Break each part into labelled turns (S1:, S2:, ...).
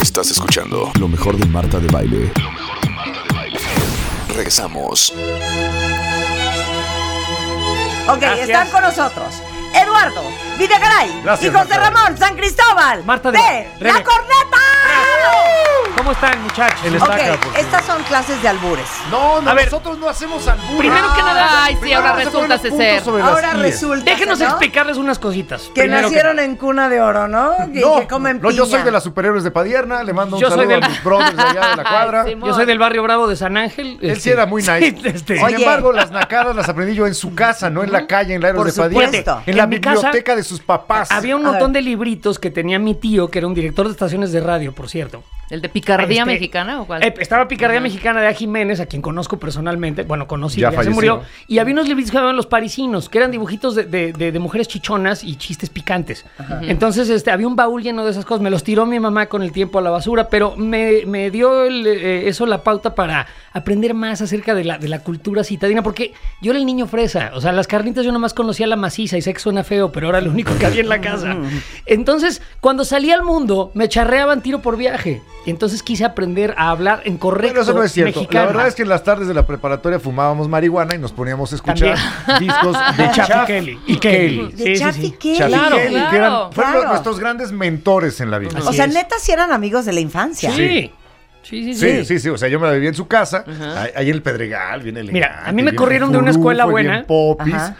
S1: Estás escuchando lo mejor de Marta de Baile. Lo mejor de Marta de Baile. Regresamos.
S2: Ok,
S3: Gracias.
S2: están con nosotros Eduardo Videgaray
S3: Gracias,
S2: y José
S3: Marta.
S2: Ramón San Cristóbal
S3: Marta
S2: de,
S3: de-
S2: La
S3: Rebe.
S2: Corneta.
S3: ¿Cómo están, muchachos?
S4: El
S2: Ok,
S4: Destaca, por
S2: estas son clases de albures.
S4: No, no,
S3: A ver.
S4: nosotros no hacemos albur.
S3: Primero que nada,
S5: Ay, sí, ahora resulta ser.
S2: Ahora resulta
S3: déjenos
S2: ¿no?
S3: explicarles unas cositas.
S2: que
S3: Primero
S2: nacieron en cuna de oro, ¿no? Y que comen
S4: no, yo soy
S2: piña.
S4: de las superhéroes de Padierna, le mando un
S3: Yo soy
S4: saludo
S3: del-
S4: a mis brothers de allá de la cuadra.
S5: Ay, sí,
S3: Yo soy del barrio Bravo de San Ángel.
S4: Él
S3: este,
S4: sí era muy nice.
S3: este,
S4: Sin
S2: Oye.
S4: embargo, las nacadas las aprendí yo en su casa, no en la calle, en la
S2: Por
S4: Aeros de Padierna.
S2: supuesto.
S4: En la
S3: En mi casa
S4: biblioteca de sus papás.
S3: Había un
S2: A
S3: montón
S2: ver.
S3: de libritos que tenía mi tío, que era un director de estaciones de radio, por cierto.
S5: ¿El de picardía
S3: Este,
S5: mexicana o cuál?
S3: eh, estaba Picardía Mexicana de A. Jiménez, a quien conozco personalmente. Bueno, conocí,
S4: Ya
S3: ya, se
S4: falleció.
S3: murió. Y había unos libritos que llamaban Los Parisinos, que eran dibujitos de, de- de- de mujeres chichonas y chistes picantes. Entonces, este, había un baúl lleno de esas cosas. Me los tiró mi mamá con el tiempo a la basura, pero me, me dio el, eh, eso la pauta para aprender más acerca de la, de la cultura citadina, porque yo era el niño fresa. O sea, las carnitas yo nomás conocía la maciza y sé que suena feo, pero era lo único que había en la casa. Entonces, cuando salí al mundo, me charreaban tiro por viaje. Y entonces quise aprender a hablar en correcto
S4: Pero eso no es cierto.
S3: mexicano.
S4: La verdad es que en las tardes de la preparatoria fumábamos marihuana y nos poníamos a escuchar discos de
S3: de Chaffee
S4: Chaff
S3: Kelly. Y Kelly.
S2: De Chaffee Kelly.
S4: Chaffee
S5: Claro,
S4: Kelly, que
S5: claro,
S4: eran- fueron
S2: claro.
S4: nuestros grandes mentores en la vida.
S2: O
S3: Así
S2: sea,
S3: es.
S2: neta, si eran amigos de la infancia.
S3: Sí. Sí, sí, sí.
S4: Sí, sí, sí. O sea, yo me la viví en su casa, ahí, ahí en el Pedregal, bien elegante.
S3: Mira, a mí me
S4: bien
S3: corrieron de una
S4: furufo,
S3: escuela
S4: bien
S3: buena.
S4: popis.
S2: Ajá.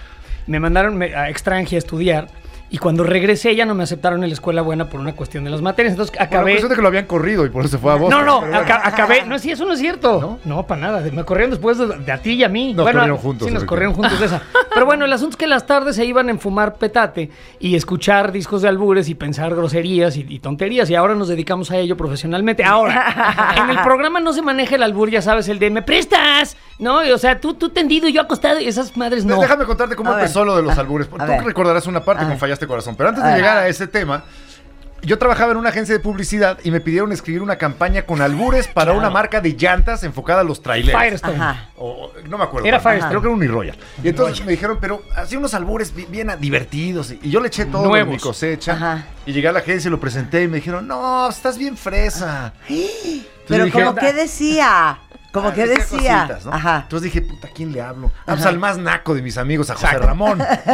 S3: Me mandaron me- a extranjera a estudiar. Y cuando regresé ya no me aceptaron en la escuela buena por una cuestión de las materias. Entonces
S4: Bueno, pues
S3: acabé...
S4: cuestión de que lo habían corrido y por eso se fue a vos.
S3: no, no, aca- acabé. No, sí, eso no es cierto. No, para nada. Me corrieron después de, de a ti y a mí.
S4: Nos corrieron juntos,
S3: Sí, nos
S4: efectivamente.
S3: corrieron juntos de esa. Pero bueno, el asunto es que las tardes se iban a enfumar petate y escuchar discos de albures y pensar groserías y, y tonterías. Y ahora nos dedicamos a ello profesionalmente. Ahora, en el programa no se maneja el albur, ya sabes, el de me prestas, ¿no? Y, o sea, tú, tú tendido y yo acostado. y Esas madres no.
S4: Déjame contarte cómo
S2: A ver.
S4: empezó lo de los albures. Tú
S2: a ver.
S4: recordarás una parte
S2: A
S4: con
S2: ver.
S4: Fallaste Corazón. Pero antes
S2: A
S4: de
S2: ver.
S4: llegar a ese tema, yo trabajaba en una agencia de publicidad y me pidieron escribir una campaña con albures para una marca de llantas enfocada a los trailers.
S3: Firestone.
S2: Ajá.
S4: O- o- no me acuerdo.
S3: Era
S4: cuál.
S3: Firestone.
S4: Creo que era un Royal. Y entonces me dijeron, pero hacía unos albures bi- bien, divertidos. Y y yo le eché todo de
S3: Nuevos.
S4: mi cosecha.
S2: Ajá.
S4: Y llegué a la agencia y lo presenté y me dijeron, no, estás bien fresa. Entonces
S2: Ah. Pero
S4: dije,
S2: como que decía, como
S4: ah,
S2: que decía.
S4: cositas, ¿no?
S2: Ajá.
S4: Entonces dije, puta, ¿a quién le hablo? Ah, pues al más naco de mis amigos, a José Ramón.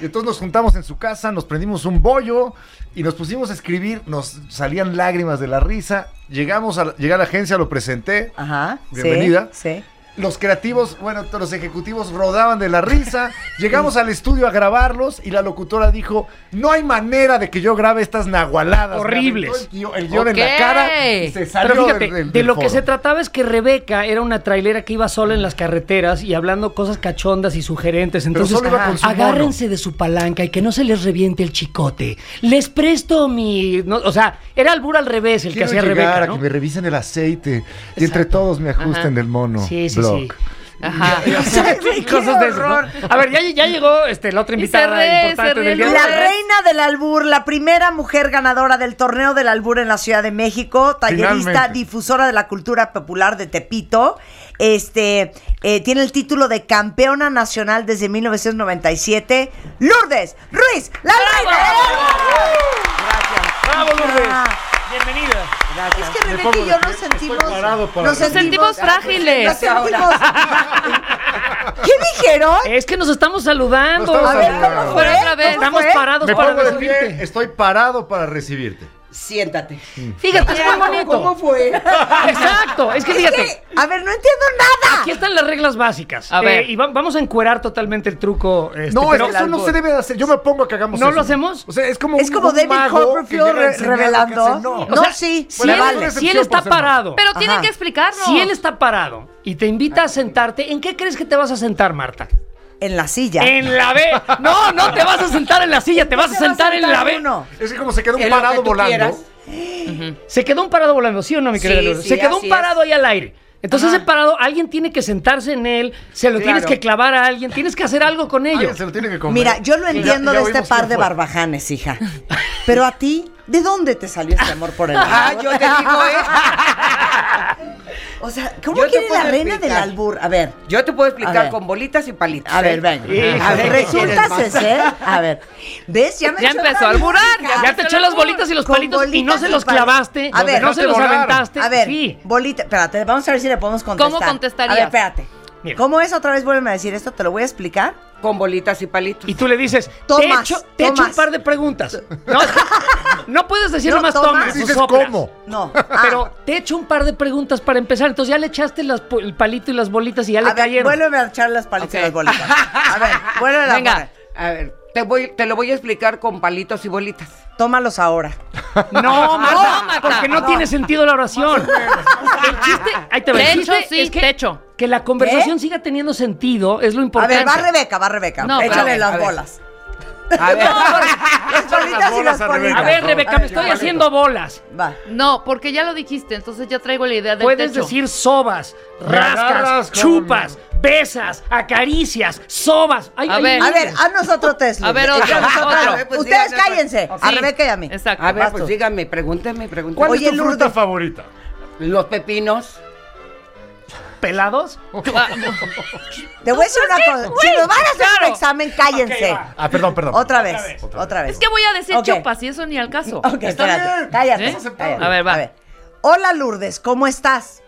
S4: y entonces nos juntamos en su casa, nos prendimos un bollo y nos pusimos a escribir. Nos salían lágrimas de la risa. Llegamos a la, llegué a la agencia, lo presenté.
S2: Ajá. sí,
S4: Bienvenida.
S2: Sí.
S4: Los creativos, bueno, todos los ejecutivos rodaban de la risa. Llegamos al estudio a grabarlos y la locutora dijo: No hay manera de que yo grabe estas nahualadas. Me
S3: Horribles.
S4: aventó El guión, el guión en la
S5: Ok.
S4: cara. y se salió
S3: Pero fíjate,
S4: del- del-
S3: de
S4: del
S3: lo que
S4: foro.
S3: se trataba es que Rebeca era una trailera que iba sola en las carreteras y hablando cosas cachondas y sugerentes. Entonces,
S4: solo iba
S3: ajá,
S4: con su
S3: agárrense de su palanca y que no se les reviente el chicote. Les presto mi. no, o sea, era albur al revés el
S4: Quiero
S3: que hacía
S4: llegar
S3: Rebeca.
S4: a
S3: ¿no?
S4: que me revisen el aceite y entre todos me ajusten del mono.
S3: Sí, sí,
S4: Blog.
S3: sí.
S5: Ajá.
S3: Y cosas de esas, ¿no? A ver, ya, ya llegó este, la otra
S5: Y se
S3: invitada
S5: ríe,
S3: importante
S5: se ríe
S3: del día.
S5: el
S3: de
S2: La
S3: hoy.
S5: Lourdes.
S2: reina del albur, la primera mujer ganadora del torneo del albur en la Ciudad de México, tallerista,
S4: Finalmente.
S2: difusora de la cultura popular de Tepito. Este eh, tiene el título de campeona nacional desde 1997, Lourdes Ruiz, la reina del albur.
S3: ¡Bravo, Lourdes!
S2: Ah.
S3: Bienvenida.
S2: Es que Rebeca y yo nos sentimos.
S4: parado para-
S2: Nos
S4: Nos
S5: sentimos frágiles.
S2: Nos sentimos. ¿Qué dijeron?
S3: Es que nos estamos saludando.
S4: Nos estamos
S2: A ver,
S4: saludando.
S2: ¿cómo
S5: Pero
S2: fue?
S5: otra vez,
S2: ¿Cómo
S3: Estamos
S2: fue?
S3: parados
S4: Me
S3: para
S4: pongo de pie,
S3: recibirte.
S4: estoy parado para recibirte.
S2: Siéntate.
S5: Fíjate, es muy bonito.
S2: fue?
S3: Exacto. Es que
S2: Es
S3: fíjate.
S2: que, a ver, no entiendo nada.
S3: Aquí están las reglas básicas.
S5: A
S3: Eh,
S5: ver.
S3: y va- vamos a encuerar totalmente el truco. este,
S4: no, es
S3: pero-
S4: que eso no se debe de hacer. Yo me pongo a que hagamos
S3: ¿No
S4: eso.
S3: lo hacemos?
S4: O sea, es como
S2: Es como David
S4: mago que
S2: Copperfield
S4: llega a
S2: re-
S4: enseñar lo que
S2: revelando.
S4: hace. No,
S2: No, sí,
S3: si
S2: bueno,
S3: él,
S2: vale.
S3: si él está
S4: Excepción por ser mago.
S3: parado,
S5: Pero tienen
S2: Ajá.
S5: que explicarnos.
S3: si él está parado y te invita a sentarte, ¿en qué crees que te vas a sentar, Marta?
S2: En la silla.
S3: En la B. No, no te vas a sentar en la silla, te vas a
S2: Se va
S3: sentar en la B.
S2: uno.
S4: Es que como se queda un
S6: En lo que
S4: parado
S6: tú
S4: volando.
S6: quieras.
S3: Se quedó un parado volando, ¿sí o no, mi querida
S6: Sí,
S3: Lourdes?
S6: sí,
S3: Se quedó
S6: así
S3: un parado ahí al aire. Entonces ese parado, alguien tiene que sentarse en él, se lo tienes que clavar a alguien, tienes que hacer algo con ello.
S4: alguien se lo tiene que comer.
S2: Mira, yo lo
S4: Ya-
S2: entiendo
S4: ya
S2: de este
S4: oímos
S2: par
S4: quién
S2: de
S4: fue.
S2: barbajanes, hija. Pero a ti, ¿de dónde te salió este amor por el albur?
S6: Ah, yo te digo,
S2: O sea, ¿cómo
S6: Yo te
S2: quiere la
S6: puedo
S2: reina del
S6: explicar.
S2: albur? A ver,
S6: Yo te puedo explicar
S2: ver.
S6: con bolitas y palitos.
S2: a
S6: ¿eh?
S2: ver, ven. A
S6: Híjole,
S2: ver,
S6: ¿qué quieres
S2: resulta
S6: más?
S2: ser, ¿eh? a ver, ¿ves? Ya me
S5: Ya
S2: echó
S5: empezó a
S2: la
S5: alburar,
S2: bronca.
S5: ya
S3: Ya te eché las bolitas y los
S2: Con
S3: palitos y no
S2: bolitas
S3: se
S2: y
S3: los
S2: palitos.
S3: clavaste,
S2: A ver,
S3: no se
S4: dejaste
S3: los
S4: volar.
S3: aventaste.
S2: A ver,
S3: sí.
S2: bolita, espérate, vamos a ver si le podemos contestar.
S5: ¿Cómo contestarías?
S2: A ver, espérate.
S3: Mira.
S2: ¿Cómo es? Otra vez vuelven a decir esto, te lo voy a explicar.
S6: Con bolitas y palitos.
S3: Y tú le dices, te
S2: Tomas,
S3: he hecho, te he hecho
S2: tomas.
S3: un par de preguntas. No, no puedes decir
S2: No,
S3: nomás
S2: tomas.
S3: tomas. o
S4: Dices,
S3: soplas.
S4: ¿cómo?
S2: No. Ah,
S3: Pero te he hecho un par de preguntas para empezar. Entonces ya le echaste las po- el palito y las bolitas y ya le
S2: a ver,
S3: cayeron.
S2: vuélveme a echar las palitas y
S5: Ok.
S2: las bolitas. A ver, vuélveme a
S5: Venga.
S2: poner.
S6: A ver, te, voy, te lo voy a explicar con palitos y bolitas.
S2: Tómalos ahora.
S3: No, Marta,
S5: Marta.
S3: porque no, tiene sentido la oración. El chiste, ahí te va, el
S5: Techo,
S3: chiste
S5: sí, techo.
S3: que la conversación siga teniendo sentido es lo
S2: A
S3: importante.
S2: ver, va Rebeca, va Rebeca.
S5: No,
S2: Échale
S5: pero-
S2: las
S6: a ver.
S2: bolas.
S6: A ver.
S2: Las
S4: las
S2: bolitas y
S4: bolas
S2: las
S4: a Rebeca.
S2: bolitas.
S3: A ver, Rebeca,
S2: A
S3: me
S2: ver,
S3: estoy
S2: Rebeca.
S3: haciendo bolas.
S2: Va.
S5: No, porque ya lo dijiste, entonces ya traigo la idea del
S3: Puedes
S5: techo.
S3: decir sobas,
S4: Me agarras
S3: rascas,
S4: con-
S3: chupas, besas, acaricias, sobas. Ay,
S5: A
S3: ay,
S5: ver.
S3: ay.
S2: A ver, haznos otro test.
S5: A ver,
S2: Lourdes.
S5: otro,
S2: Échanos
S5: otro.
S2: test.
S6: Pues
S2: Ustedes
S6: díganme,
S2: cállense.
S5: Sí,
S2: A Rebeca y a mí.
S5: Exacto.
S6: A ver,
S2: Vas
S6: pues
S2: tú.
S6: díganme, pregúnteme, pregúnteme.
S4: ¿Cuál
S2: Oye,
S4: es tu
S2: Lourdes.
S4: fruta favorita?
S6: Los pepinos.
S3: ¿Pelados?
S5: Va-
S2: Te voy a decir una cosa. Si nos van a hacer un
S5: claro.
S2: examen, cállense.
S4: Ah, perdón, perdón.
S2: Otra vez. Otra vez.
S5: Es que voy a decir
S2: Ok.
S5: chupas y eso ni al caso.
S2: Ok, espérate.
S4: bien.
S2: Cállate.
S5: ¿Eh?
S2: cállate.
S5: A ver, va.
S2: Hola, Lourdes. ¿Cómo estás?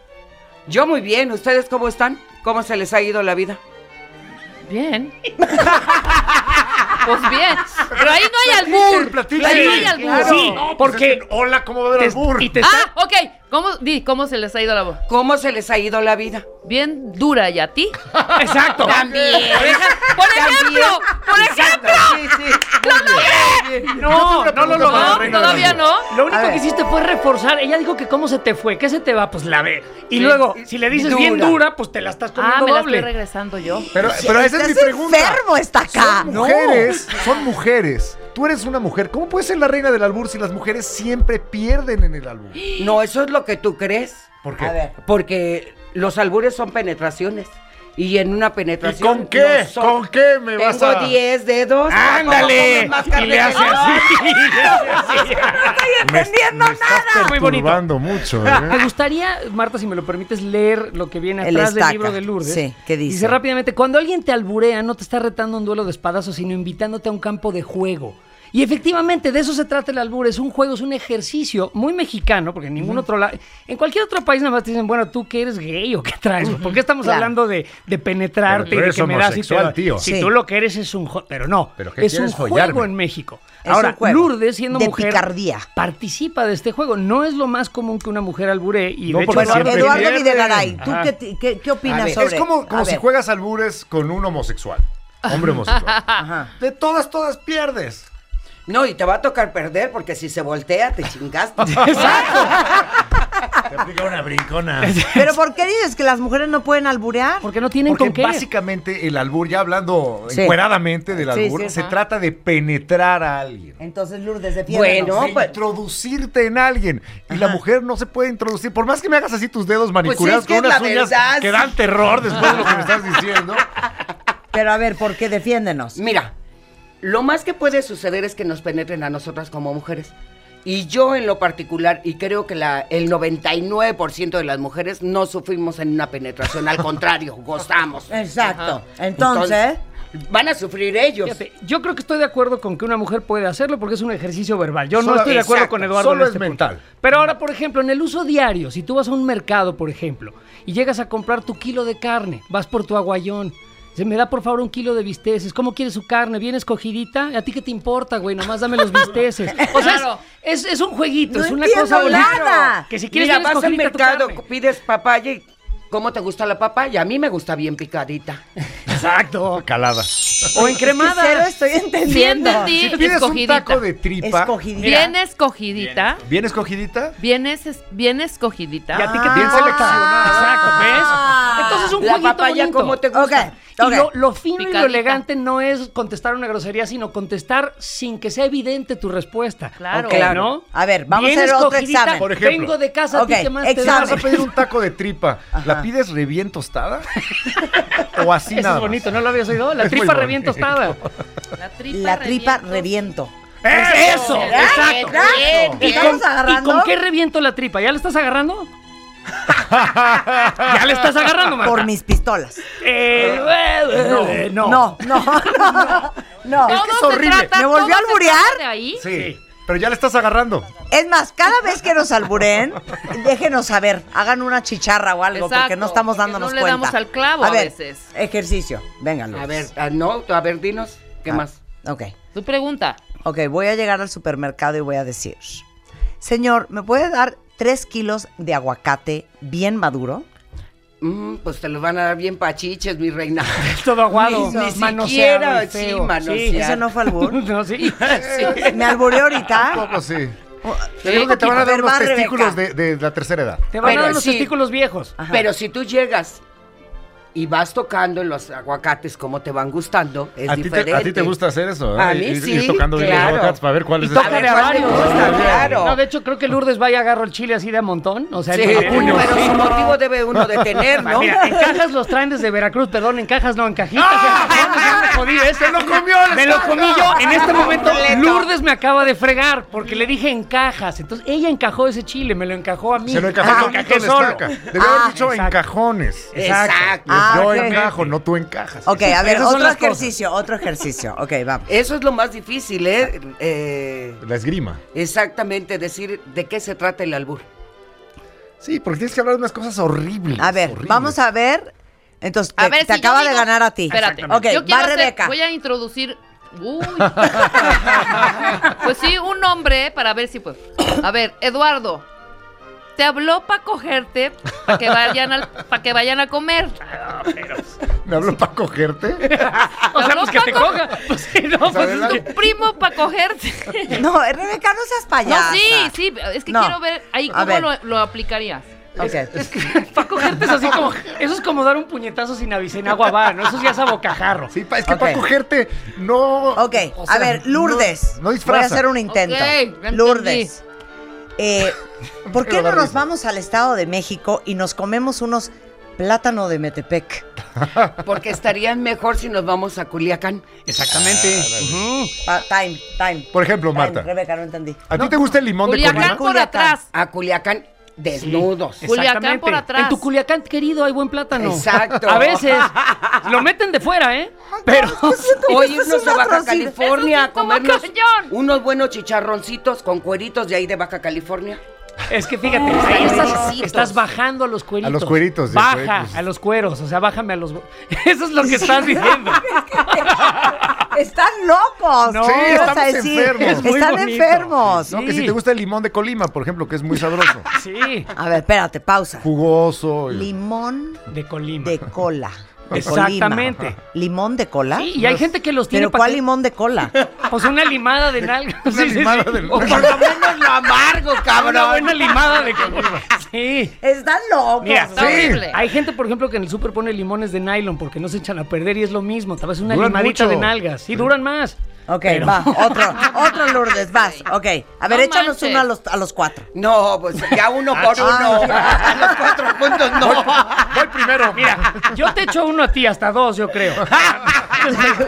S6: Yo muy bien. ¿Ustedes cómo están? ¿Cómo se les ha ido la vida?
S5: Bien. pues bien. Pero ahí no hay
S4: Platíquenle,
S5: albur.
S4: platíquenle.
S5: Ahí no hay
S3: claro.
S5: albur.
S3: Sí, porque-
S4: pues es que, hola, ¿cómo va a haber
S3: Te-
S4: albur?
S3: y te
S5: Ah, ok. ¿Cómo, di, ¿Cómo se les ha ido la voz?
S6: ¿Cómo se les ha ido la vida?
S5: Bien dura y a ti.
S3: está- Exacto.
S5: También. Por ejemplo, por ejemplo.
S6: Sí, sí.
S3: No, no lo
S4: pregunta para la
S5: No,
S3: logró.
S4: reina
S5: todavía
S4: del
S5: no.
S3: Lo único
S2: A ver.
S3: que hiciste fue reforzar. Ella dijo que cómo se te fue, ¿qué se te va? Pues la ve. Y
S5: Sí.
S3: luego, si le dices bien
S6: Dura.
S3: dura, pues te la estás comiendo
S5: Ah, me la
S3: doble.
S5: estoy regresando yo.
S4: Pero, pero esa es mi
S2: Estás
S4: pregunta.
S2: enfermo está acá.
S4: Son mujeres, son mujeres. Tú eres una mujer. ¿Cómo puedes ser la reina del albur si las mujeres siempre pierden en el albur?
S6: No, eso es lo que tú crees.
S4: ¿Por
S2: A ver.
S4: qué?
S6: Porque los albures son penetraciones. Y en una penetración.
S4: ¿Y con qué?
S6: no son-
S4: ¿Con qué me vas a-
S6: Tengo 10 dedos.
S3: ¡Ándale!
S6: ¿Cómo comes más
S3: Y
S6: carne
S3: le
S6: que
S3: hace
S6: yo?
S3: así. le hace así.
S4: Me, me estás
S3: Muy bonito.
S4: perturbando mucho,
S3: Me
S4: ¿eh?
S3: gustaría, Marta, si me lo permites, leer lo que viene
S2: El
S3: atrás del
S2: estaca.
S3: libro de Lourdes.
S2: Sí, ¿qué dice?
S3: Dice rápidamente, cuando alguien te alburea, no te está retando un duelo de espadazos, sino invitándote a un campo de juego. Y efectivamente, de eso se trata el albur. Es un juego, es un ejercicio muy mexicano, porque en ningún otro lado... En cualquier otro país nada más te dicen, bueno, ¿tú qué eres gay o qué traes? güey? ¿Por qué estamos
S2: Claro.
S3: hablando de, de penetrarte y
S4: Pero tú
S3: de
S4: eres
S3: que me das y te
S4: homosexual,
S3: doy?
S4: tío.
S3: Si
S2: Sí.
S3: tú lo que eres es un... jo- Pero no,
S4: ¿Pero qué
S3: es un
S4: quieres follarme?
S3: juego en México.
S2: Es
S3: Ahora,
S2: un juego
S3: Lourdes, siendo
S2: de
S3: mujer,
S2: picardía.
S3: participa de este juego. No es lo más común que una mujer alburee y
S4: No,
S3: de hecho
S4: porque
S2: Bueno,
S3: no-
S4: siempre
S2: Eduardo
S4: pierden.
S2: Videgaray, ¿tú
S3: Ajá.
S2: qué, ti- qué, qué opinas
S6: A ver,
S2: sobre
S4: Es como, como
S2: a
S4: si
S2: ver.
S4: juegas albures con un homosexual. Hombre homosexual.
S2: Ajá.
S4: De todas, todas pierdes.
S6: No, y te va a tocar perder porque si se voltea te chingaste.
S4: Te aplica una brincona.
S2: Pero ¿por qué dices que las mujeres no pueden alburear?
S3: Porque no tienen
S4: Porque
S3: con qué.
S4: básicamente el albur, ya hablando
S2: Sí.
S4: encueradamente del
S2: Sí,
S4: albur,
S2: sí,
S4: se trata de penetrar a alguien.
S2: Entonces, Lourdes, defiéndanos.
S6: Bueno, No,
S4: de
S6: pues-
S4: introducirte en alguien. Y la mujer no se puede introducir. Por más que me hagas así tus dedos manicurados
S6: es que
S4: con
S6: es
S4: unas
S6: la
S4: uñas
S6: verdad,
S4: que
S6: sí.
S4: dan terror después de lo que me estás diciendo.
S2: Pero a ver, ¿por qué defiéndenos?
S6: Mira, lo más que puede suceder es que nos penetren a nosotras como mujeres. Y yo en lo particular, y creo que la, el 99% de las mujeres no sufrimos en una penetración, al contrario, gozamos.
S2: Exacto. Entonces,
S6: van a sufrir ellos.
S3: Fíjate, yo creo que estoy de acuerdo con que una mujer puede hacerlo porque es un ejercicio verbal. Yo no
S4: Solo-
S3: estoy de acuerdo
S4: exacto,
S3: con Eduardo. en
S4: solo es
S3: este punto.
S4: mental.
S3: Pero ahora, por ejemplo, en el uso diario, si tú vas a un mercado, por ejemplo, y llegas a comprar tu kilo de carne, vas por tu aguayón. Se me da por favor un kilo de bisteces. ¿Cómo quieres su carne? ¿Bien escogidita? ¿A ti qué te importa, güey? Nomás dame los bisteces. O sea, es-
S5: Claro.
S3: es, es un jueguito,
S2: No
S3: es una
S2: entiendo
S3: cosa bonita.
S2: nada.
S3: Que si quieres
S6: Mira,
S3: bien
S6: vas al
S3: escogidita tu
S6: mercado,
S3: carne.
S6: pides papaya y ¿cómo te gusta la papaya? A mí me gusta bien picadita.
S4: Exacto. Calada.
S3: O encremada.
S2: cero estoy entendiendo.
S5: Bien entendí.
S4: Si pides un
S5: Escogidita.
S4: taco de tripa,
S2: Escogidita.
S5: Bien escogidita.
S4: bien escogidita,
S5: Bien, es, bien
S3: ¿Y a
S5: escogidita.
S3: ti qué te
S4: Bien
S2: Ah.
S3: importa?
S4: seleccionada.
S3: Exacto, ¿ves? Entonces es un
S6: la
S3: jueguito
S6: papaya,
S3: bonito.
S6: ¿cómo te
S2: Ok,
S6: gusta?
S2: ok.
S3: Y lo, lo fino y
S5: Picadita.
S3: lo elegante no es contestar una grosería, sino contestar sin que sea evidente tu respuesta.
S5: Claro.
S3: Ok,
S5: Claro.
S3: ¿no?
S2: A ver, vamos
S3: Bien
S2: a hacer otro
S3: escogidita,
S2: examen.
S4: Por ejemplo.
S3: Vengo de casa,
S2: Ok,
S3: ¿a ti qué más
S2: examen.
S4: vas a
S3: te da?
S4: pedir un taco de tripa. ¿La pides re bien tostada? ¿O así
S3: Eso
S4: nada?
S3: es
S4: más?
S3: bonito, no lo habías oído. La
S4: Es muy
S3: tripa revienta
S4: bonito.
S3: tostada.
S5: La tripa
S2: La tripa
S5: reviento.
S2: reviento.
S3: ¡Es eso!
S5: Bien,
S3: ¡Exacto!
S5: bien,
S3: ¿Y
S5: bien.
S2: Estamos
S3: con, y
S2: agarrando.
S3: con qué reviento la tripa? ¿Ya la estás agarrando? ¿Ya la estás agarrando, Marta?
S2: Por mis pistolas.
S3: Eh, eh, eh, no.
S2: No, no, no, no.
S5: Todo
S4: que es
S5: se
S4: horrible.
S5: trata-
S2: ¿Me volvió
S5: todo
S2: a
S5: se
S2: alburear?
S5: trata de ahí.
S4: Sí, pero ya le estás agarrando.
S2: Es más, cada vez que nos alburen, déjenos saber, hagan una chicharra o algo, porque
S5: Exacto,
S2: no estamos
S5: porque
S2: dándonos
S5: no le
S2: cuenta.
S5: damos al clavo a
S2: ver,
S5: veces.
S2: Ejercicio, venga, Lourdes.
S6: A ver, ah, no, a ver, dinos, ¿qué
S2: Ah,
S6: más?
S2: Ok,
S5: Tu pregunta.
S2: ok, voy a llegar al supermercado y voy a decir, señor, ¿me puede dar tres kilos de aguacate bien maduro?
S6: Mm, pues te los van a dar bien pachiches, mi reina.
S3: Todo aguado.
S6: Ni- ni
S3: manoseado
S6: siquiera,
S3: y
S6: sí,
S3: feo.
S6: manoseado.
S2: ¿Ese no fue albur?
S3: No, sí.
S2: ¿Me albureé ahorita?
S4: Tampoco sí.
S6: Sí,
S4: Yo creo que te van a
S2: A
S4: dar
S2: ver,
S4: unos
S2: va, Rebeca.
S4: testículos de, de la tercera edad.
S3: Te van a dar
S6: Pero
S3: los
S6: sí.
S3: testículos viejos.
S6: Pero si tú llegas y vas tocando en los aguacates como te van gustando, es
S4: a, ti
S6: diferente.
S4: te, a ti te gusta hacer eso, ¿eh?
S6: A mí
S4: Ir-
S6: sí,
S4: ir tocando bien los
S6: claro.
S4: aguacates para ver cuál
S3: Y
S4: es
S6: A
S3: tócale
S6: ver,
S3: a
S6: ¿cuál te
S3: varios.
S4: Pues
S6: gusta? Claro.
S3: No, de hecho, creo que Lourdes va y agarra el chile así de a montón. O sea,
S6: Sí,
S3: el puño.
S6: pero
S3: Sí.
S6: su motivo debe uno de tener, ¿no?
S3: Mira, en cajas los traen desde Veracruz, perdón, en cajas no, en cajitas. en cajones, ya me jodí, ¿eh?
S4: ¡Ah! ¡Se lo comió el
S3: Me lo
S4: espanto!
S3: comí yo. En este momento,
S6: Completo.
S3: Lourdes me acaba de fregar porque le dije en cajas. Entonces, ella encajó ese chile, me lo encajó a mí.
S4: Se lo
S3: Ah,
S4: encajó solito
S3: encajé
S4: en la
S3: solo.
S4: estaca. Debió
S2: Ah,
S4: haber dicho
S3: exacto.
S4: en cajones.
S6: Exacto.
S4: Les-
S2: Ah,
S4: yo
S2: ok.
S4: encajo, no tú encajas.
S2: Ok, a ver,
S3: Esas son
S2: otro
S3: las cosas.
S2: ejercicio, otro ejercicio. Ok, vamos.
S6: Eso es lo más difícil, ¿eh? Eh,
S4: La esgrima.
S6: Exactamente, decir de qué se trata el albur.
S4: Sí, porque tienes que hablar de unas cosas horribles.
S2: A ver,
S4: horribles.
S2: vamos a ver. Entonces, te,
S5: A ver,
S2: te
S5: si yo
S2: acaba de
S5: digo-
S2: ganar a ti.
S5: Espérate.
S2: Ok,
S5: Yo quiero
S2: va
S5: hacer-
S2: Rebeca.
S5: Voy a introducir. Uy. pues sí, un nombre para ver si puedo. A ver, Eduardo. Te habló para cogerte, para que vayan al, para que vayan a comer.
S4: ¿Me habló para cogerte?
S3: O sea,
S5: Pero
S3: pues
S5: no,
S3: que te
S5: Paco.
S3: coja. Pues, sí, no, pues es
S4: adelante.
S3: que-
S5: Primo para cogerte.
S2: No, Rebeca, no seas
S5: No,
S2: payasa.
S5: sí, sí, es que
S2: No.
S5: quiero ver ahí
S2: A
S5: cómo
S2: ver.
S5: Lo, lo aplicarías.
S2: Ok.
S3: Para cogerte es así como. Eso es como dar un puñetazo sin avisar en agua va, ¿no? Eso ya es a bocajarro.
S4: Sí, pa- es que
S2: Ok.
S4: para cogerte no...
S2: Ok,
S4: o sea,
S2: a ver, Lourdes.
S4: No, no
S2: Voy a
S4: disfraza.
S2: hacer un intento.
S5: Ok, ya entendí.
S2: Lourdes. eh, ¿Por qué
S4: Pero
S2: no
S4: da
S2: nos
S4: risa.
S2: vamos al Estado de México y nos comemos unos plátano de Metepec?
S6: Porque estarían mejor si nos vamos a Culiacán.
S3: Exactamente.
S4: Ah,
S3: Ujú.
S2: Pa- time, time.
S4: Por ejemplo,
S2: Time,
S4: Marta.
S2: Rebeca, no entendí.
S4: ¿A ti te gusta el limón de
S5: Culiacán
S4: Colima?
S5: por
S2: Culiacán.
S5: atrás.
S6: A Culiacán desnudos.
S5: Sí. Culiacán por
S3: Exactamente.
S5: atrás.
S3: En tu Culiacán querido hay buen plátano.
S6: Exacto.
S3: A veces lo meten de fuera, ¿eh? Pero
S2: Eso
S6: Hoy
S2: es
S6: irnos
S2: una
S6: a Baja
S2: atrocidad.
S6: California
S5: Eso
S6: a
S5: sí, como
S6: comernos
S5: cañón.
S6: unos buenos chicharroncitos con cueritos de ahí de Baja California.
S3: es que fíjate, ahí estás,
S6: Cueritos.
S3: estás bajando a los cueritos.
S4: A los cueritos, pues. sí,
S3: Baja
S4: cueritos.
S3: a los cueros, o sea, bájame a los. Eso es lo que estás diciendo.
S2: Están locos.
S3: No,
S2: ¿qué
S3: sí,
S2: ibas a
S4: estamos enfermos. Es
S3: muy
S2: Están
S3: bonito.
S2: enfermos.
S4: No, que
S3: Sí.
S4: si te gusta el limón de Colima, por ejemplo, que es muy sabroso.
S3: Sí,
S2: A ver, espérate, pausa.
S4: Jugoso. y-
S2: Limón
S3: de Colima.
S2: de cola. de
S3: Exactamente.
S2: Colima. ¿Limón de cola?
S3: Sí, y hay gente que los tiene
S2: ¿Pero
S3: pa'
S2: cuál
S3: que-
S2: limón de cola?
S3: Pues una limada de nalga.
S4: Una limada de nalga.
S3: O por lo menos
S6: lo amargo,
S3: una buena limada de comida. Sí.
S2: Están locos.
S3: Mira,
S5: Está horrible.
S3: hay gente, por ejemplo, que en el súper pone limones de nylon porque no se echan a perder y es lo mismo. Tal vez una
S4: Duran
S3: limadita
S4: mucho.
S3: de nalgas. Sí, duran más.
S2: Ok,
S3: Pero-
S2: va, otro, otro Lourdes, vas, ok. A ver,
S5: No
S2: échanos
S5: manches.
S2: uno a los, a los cuatro.
S6: No, pues ya uno por uno.
S2: Ah.
S6: A los cuatro puntos no.
S4: Voy primero.
S3: Mira, yo te echo uno a ti, hasta dos, yo creo.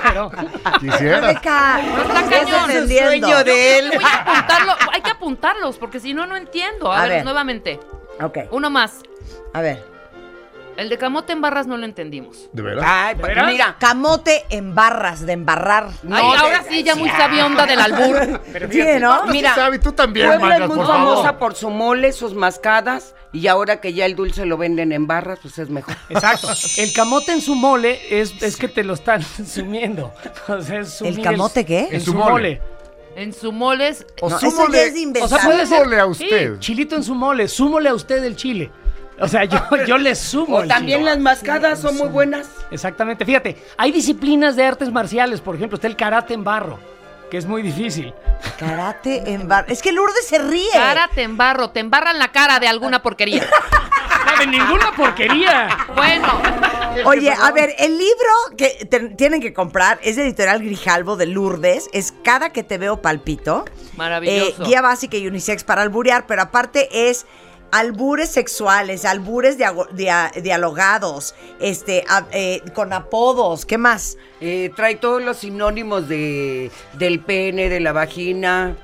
S3: Pero-
S4: Quisiera.
S2: Rebeca, no
S5: está
S2: estás
S5: cañón.
S2: entendiendo.
S6: Sueño de él.
S5: Voy a apuntarlo. Hay que apuntarlos porque si no, no entiendo. A,
S2: A
S5: ver,
S2: ver.
S5: nuevamente.
S2: Ok,
S5: Uno más.
S2: a ver.
S5: El de camote en barras no lo entendimos.
S4: ¿De verdad?
S6: Ay, pues,
S3: ¿De veras?
S6: mira.
S2: Camote en barras, de embarrar.
S6: No, eh,
S5: Ay,
S6: de-
S5: ahora sí, ya muy sabionda del albur.
S2: Sí, ¿no?
S6: Mira,
S4: Sabi, tú también,
S6: Puebla es
S4: mangas,
S6: muy
S4: por
S6: famosa
S4: favor.
S6: por su mole, sus mascadas, y ahora que ya el dulce lo venden en barras, pues es mejor.
S3: Exacto. El camote en su mole es, es que te lo están sumiendo. O sea, es sumir
S2: ¿El camote qué?
S3: En su mole.
S5: En su moles.
S4: O
S2: No, eso ya
S4: súmole-
S2: es de
S3: O
S2: inventar.
S3: sea, puede ser.
S4: Súmole a
S3: sí,
S4: usted.
S3: chilito en su mole. Súmole a usted el chile. O sea, yo, yo le sumo.
S6: O
S3: el
S6: también
S3: chile.
S6: las mascadas son muy buenas.
S3: Exactamente. Fíjate, hay disciplinas de artes marciales. Por ejemplo, está el karate en barro, que es muy difícil.
S2: Karate en barras. Es que Lourdes se ríe.
S5: Cara te embarro, te embarran la cara de alguna porquería.
S3: No, de ninguna porquería.
S5: Bueno,
S2: Oye, a ver, el libro que te- tienen que comprar es de Editorial Grijalvo de Lourdes. Es Cada que te veo palpito.
S5: Maravilloso.
S2: Eh, guía básica y unisex para alburear, pero aparte es albures sexuales, albures diago- dia- dialogados, este, a- eh, con apodos, ¿qué más?
S6: Eh, trae todos los sinónimos de, del pene, de la vagina,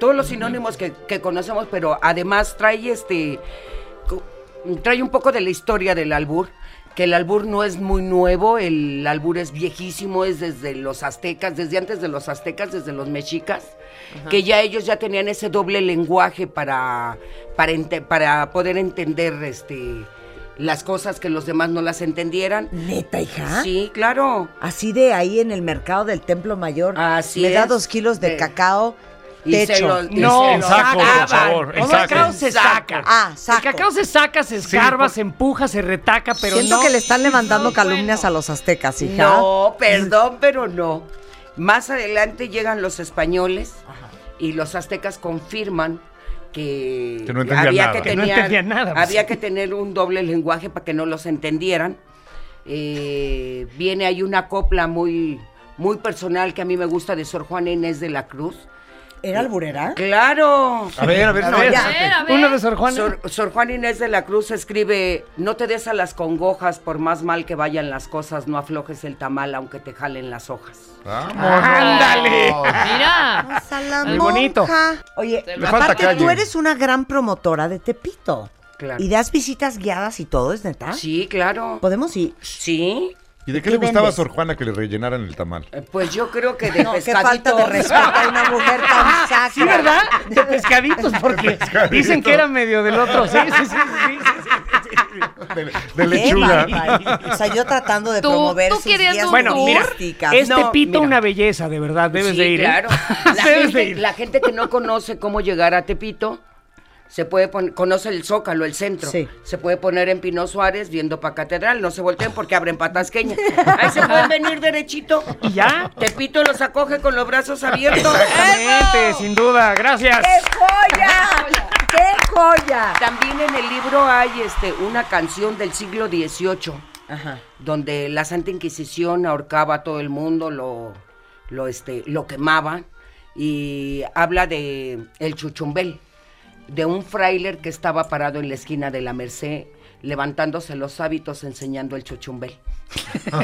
S6: todos los sinónimos que, que conocemos, pero además trae este co- trae un poco de la historia del albur, que el albur no es muy nuevo, el albur es viejísimo, es desde los aztecas, desde antes de los aztecas, desde los mexicas, que ya ellos ya tenían ese doble lenguaje para para, ente- para poder entender este las cosas que los demás no las entendieran.
S2: Neta, hija.
S6: Sí, claro.
S2: Así de ahí en el mercado del Templo Mayor.
S6: Así
S2: Me da
S6: es.
S2: dos kilos de
S6: De-
S2: cacao.
S6: Y
S2: techo.
S6: se los- y
S3: No,
S6: se
S7: el
S6: los
S7: saco, por
S6: sacaban.
S7: favor. El
S3: El
S7: saco.
S3: cacao se saca.
S2: Ah, saco.
S3: El cacao se saca, se escarba, se empuja, se retaca, pero
S2: Siento
S3: no.
S2: que le están levantando
S5: No,
S2: calumnias
S5: bueno.
S2: a los aztecas, hija.
S6: No, perdón, pero no. Más adelante llegan los españoles y los aztecas confirman que,
S4: Que no entendían
S6: había
S4: nada.
S6: que
S4: Que
S3: no
S6: tener,
S3: entendían nada, pues.
S6: había que tener un doble lenguaje para que no los entendieran. Eh, viene ahí una copla muy, muy personal que a mí me gusta de Sor Juana Inés de la Cruz.
S2: ¿Era alburera?
S6: Claro.
S4: A ver, a ver,
S2: No,
S4: a ver.
S2: ya.
S5: A ver, a ver.
S3: Uno de Sor Juana.
S6: Sor, Sor Juana Inés de la Cruz escribe, no te des a las congojas, por más mal que vayan las cosas, no aflojes el tamal aunque te jalen las hojas.
S4: Vamos.
S3: ¡Ándale!
S5: Mira.
S2: Hasta la
S3: Muy bonito.
S2: monja. Oye,
S5: Le
S4: falta
S2: aparte
S4: calle.
S2: tú eres una gran promotora de Tepito.
S6: Claro.
S2: Y das visitas guiadas y todo, ¿es neta?
S6: Sí, claro.
S2: ¿Podemos ir?
S6: Sí.
S4: ¿Y de qué le
S2: ¿Qué
S4: gustaba a
S2: vendes?
S4: Sor Juana que le rellenaran el tamal?
S6: Eh, Pues yo creo que de
S2: No, qué
S6: pescadito.
S2: falta de respeto a una mujer tan sacra.
S3: Sí, ¿verdad? De pescaditos, porque dicen que era medio del otro. Sí, sí, sí, sí, sí, sí, sí, sí, sí.
S4: De, de
S2: Qué
S4: lechuga.
S2: barbaridad. O sea, yo tratando de
S5: Tú-
S2: promover
S5: tú
S2: sus
S5: querías
S2: guías
S5: un
S3: Bueno, mira,
S2: turísticas.
S3: es
S2: No,
S3: Tepito
S6: mira.
S3: una belleza, de verdad, debes
S6: Sí,
S3: de ir. ¿eh?
S6: claro. La,
S3: debes de
S6: gente,
S3: ir.
S6: la gente que no conoce cómo llegar a Tepito, se puede poner, conoce el Zócalo, el centro.
S2: Sí.
S6: Se puede poner en Pino Suárez viendo para Catedral. No se volteen porque abren patasqueña. Ahí se pueden venir derechito.
S3: ¿Y ya?
S6: Tepito los acoge con los brazos abiertos.
S3: Exactamente, sin duda, gracias.
S2: ¡Qué joya! ¡Qué joya!
S6: También en el libro hay este, una canción del siglo XVIII, donde la Santa Inquisición ahorcaba a todo el mundo, lo, lo, este, lo quemaba, y habla de el chuchumbel, de un frailer que estaba parado en la esquina de la Merced, levantándose los hábitos enseñando el chuchumbel.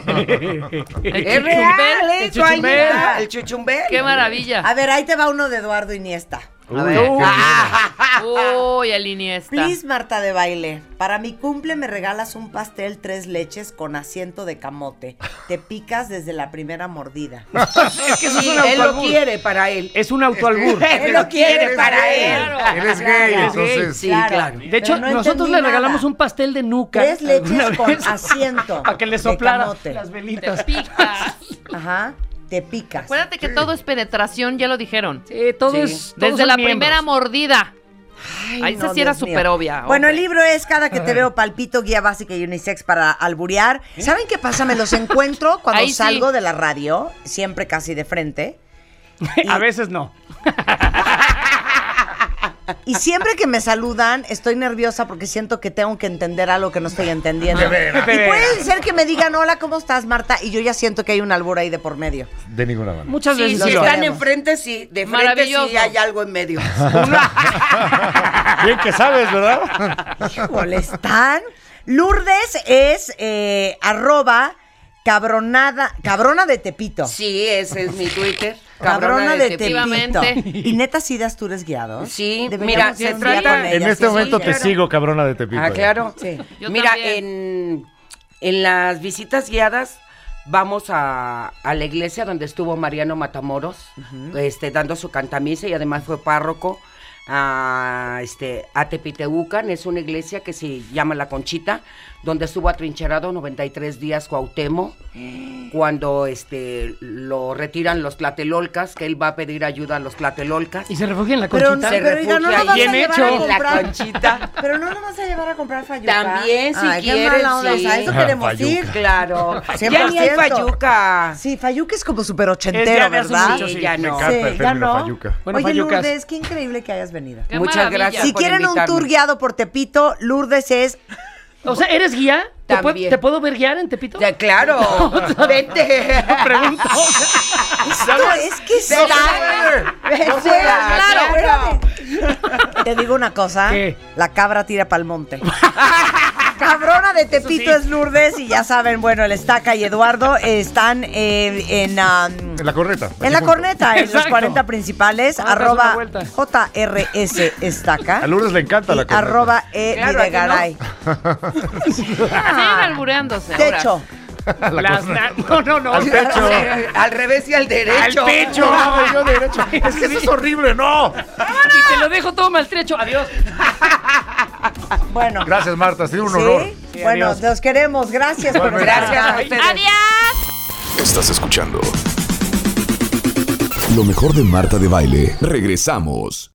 S5: El
S6: ¡Es
S5: chuchumbel.
S6: real
S3: el
S6: eso, ahí
S3: chuchumbel.
S6: está, el chuchumbel!
S5: Qué maravilla.
S2: A ver, ahí te va uno de Eduardo Iniesta.
S4: Uy, qué bueno.
S6: Ah.
S5: Uy, el Iniesta.
S2: Please, Marta de baile. Para mi cumple me regalas un pastel tres leches con asiento de camote. Te picas desde la primera mordida.
S3: es que eso
S6: Sí,
S3: es un
S6: él lo
S3: autoalbur.
S6: quiere para él.
S3: Es un autoalbur.
S6: Él lo quiere para él.
S4: Eres gay,
S2: Claro.
S4: entonces.
S6: Sí, claro.
S3: De hecho,
S2: Pero no
S3: nosotros
S2: entendí
S3: le
S2: nada.
S3: regalamos un pastel de nuca.
S2: Tres leches
S3: alguna
S2: con
S3: vez,
S2: asiento
S3: Para que le
S2: de
S3: soplara
S2: camote.
S3: las
S5: Te
S3: velitas.
S5: picas.
S2: Ajá, te picas.
S5: Acuérdate que todo es penetración, ya lo dijeron.
S3: Sí, todo
S6: Sí.
S3: es. todos
S5: Desde
S3: son
S5: la
S3: miembros.
S5: primera mordida.
S2: Ay,
S5: Ahí
S2: no,
S5: esa sí era
S2: Dios mío.
S5: súper obvia.
S2: Bueno, el
S5: hombre.
S2: libro es Cada que te veo palpito, guía básica y unisex para alburear. ¿Saben qué pasa? Me los encuentro cuando
S5: ¿Eh? Ahí sí.
S2: salgo de la radio, siempre casi de frente.
S3: A veces no.
S2: Y siempre que me saludan, estoy nerviosa porque siento que tengo que entender algo que no estoy entendiendo.
S4: De veras.
S3: De
S2: Y puede
S3: veras.
S2: ser que me digan, hola, ¿cómo estás, Marta? Y yo ya siento que hay un albur ahí de por medio.
S4: De ninguna manera.
S3: Muchas
S5: Sí,
S3: veces
S6: Si
S2: sí,
S3: no.
S2: está-
S6: están enfrente, sí. De frente, sí
S5: Maravilloso.
S6: hay algo en medio.
S4: Bien que sabes, ¿verdad?
S2: molestan. Lourdes es eh, arroba cabronada, cabrona de Tepito.
S6: Sí, ese es mi Twitter.
S2: Cabrona, de, Tepito.
S5: Efectivamente.
S2: ¿Y neta sí das tours guiados?
S6: Sí,
S2: ¿eh? Deberíamos
S6: mira,
S2: ir
S6: se
S2: un día
S6: trata-
S2: con ella,
S4: En este
S2: sí,
S4: momento
S2: sí.
S4: te sigo, cabrona de Tepito.
S6: Ah, claro.
S2: Sí.
S5: Yo
S6: Mira,
S5: también.
S6: en, en las visitas guiadas vamos a, a la iglesia donde estuvo Mariano Matamoros, este, dando su cantamisa y además fue párroco a, este, a Tepiteucan, es una iglesia que se llama La Conchita, donde estuvo atrincherado 93 días Cuauhtémoc, cuando este, lo retiran los tlatelolcas, que él va a pedir ayuda a los tlatelolcas.
S3: Y se refugia en la
S2: Pero,
S3: conchita.
S6: Se
S2: pero oiga, no
S6: refugia
S2: lo vas a
S3: ahí. Bien
S2: llevar
S3: hecho.
S2: a
S6: En la
S2: comprar.
S6: conchita.
S2: Pero no lo vas a llevar a comprar fayuca.
S6: También, si
S2: Ay, qué
S6: quieres,
S2: mala onda, o sea,
S6: sí.
S2: eso queremos
S4: Fayuca.
S2: ir.
S6: Claro. Ya ni hay
S2: 100%.
S6: payuca.
S2: Sí, fayuca es como súper
S3: Es
S2: ochentero,
S3: ya de hace
S2: ¿verdad?
S3: mucho, sí.
S6: ya
S4: Me
S6: no.
S4: encanta
S2: Sí,
S4: el
S2: ya
S4: término
S2: no.
S4: fayuca.
S3: Bueno,
S2: Oye,
S3: fayucas.
S2: Lourdes, qué increíble que hayas venido.
S5: Qué
S6: Muchas
S5: maravilla.
S6: gracias.
S2: Si
S6: por
S2: quieren un
S6: invitarme.
S2: tour guiado por Tepito, Lourdes es
S3: O sea, ¿eres guía? ¿Te, puedo-
S6: También.
S3: ¿te puedo ver guiar en Tepito?
S6: Ya, claro. Vete.
S3: Pregunto.
S2: Esto Ah, es que se
S6: Vegana.
S2: Vegana,
S6: Vegana,
S2: claro. Te digo una cosa.
S3: ¿Qué?
S2: La cabra tira pa'l monte. Cabrona de Tepito es Lourdes y ya saben, bueno, el Estaca y Eduardo están eh, en... um,
S4: En la corneta.
S2: en la corneta, en los
S3: Exacto.
S2: 40 principales,
S3: Ah, das
S2: arroba
S3: una vuelta.
S2: JRS Estaca.
S4: A Lourdes le encanta la
S2: y
S4: corneta.
S2: Arroba E
S6: Claro,
S2: de
S6: aquí no.
S2: Garay.
S5: Siguen albureándose. ahora.
S2: Techo.
S4: La
S3: Las
S4: corneta.
S3: na- no, no, no.
S4: Al pecho.
S6: Al revés y al derecho.
S4: pecho. No, yo derecho. Es que eso es horrible, no.
S3: Y te lo dejo todo maltrecho. Adiós.
S2: Bueno.
S4: Gracias, Marta. Ha sido un
S2: ¿sí?
S4: honor.
S2: bueno,
S3: adiós.
S2: los queremos. Gracias por
S4: Igualmente.
S2: estar acá.
S6: Gracias a ustedes.
S5: Adiós.
S1: Estás escuchando. Lo mejor de Marta de Baile. Regresamos.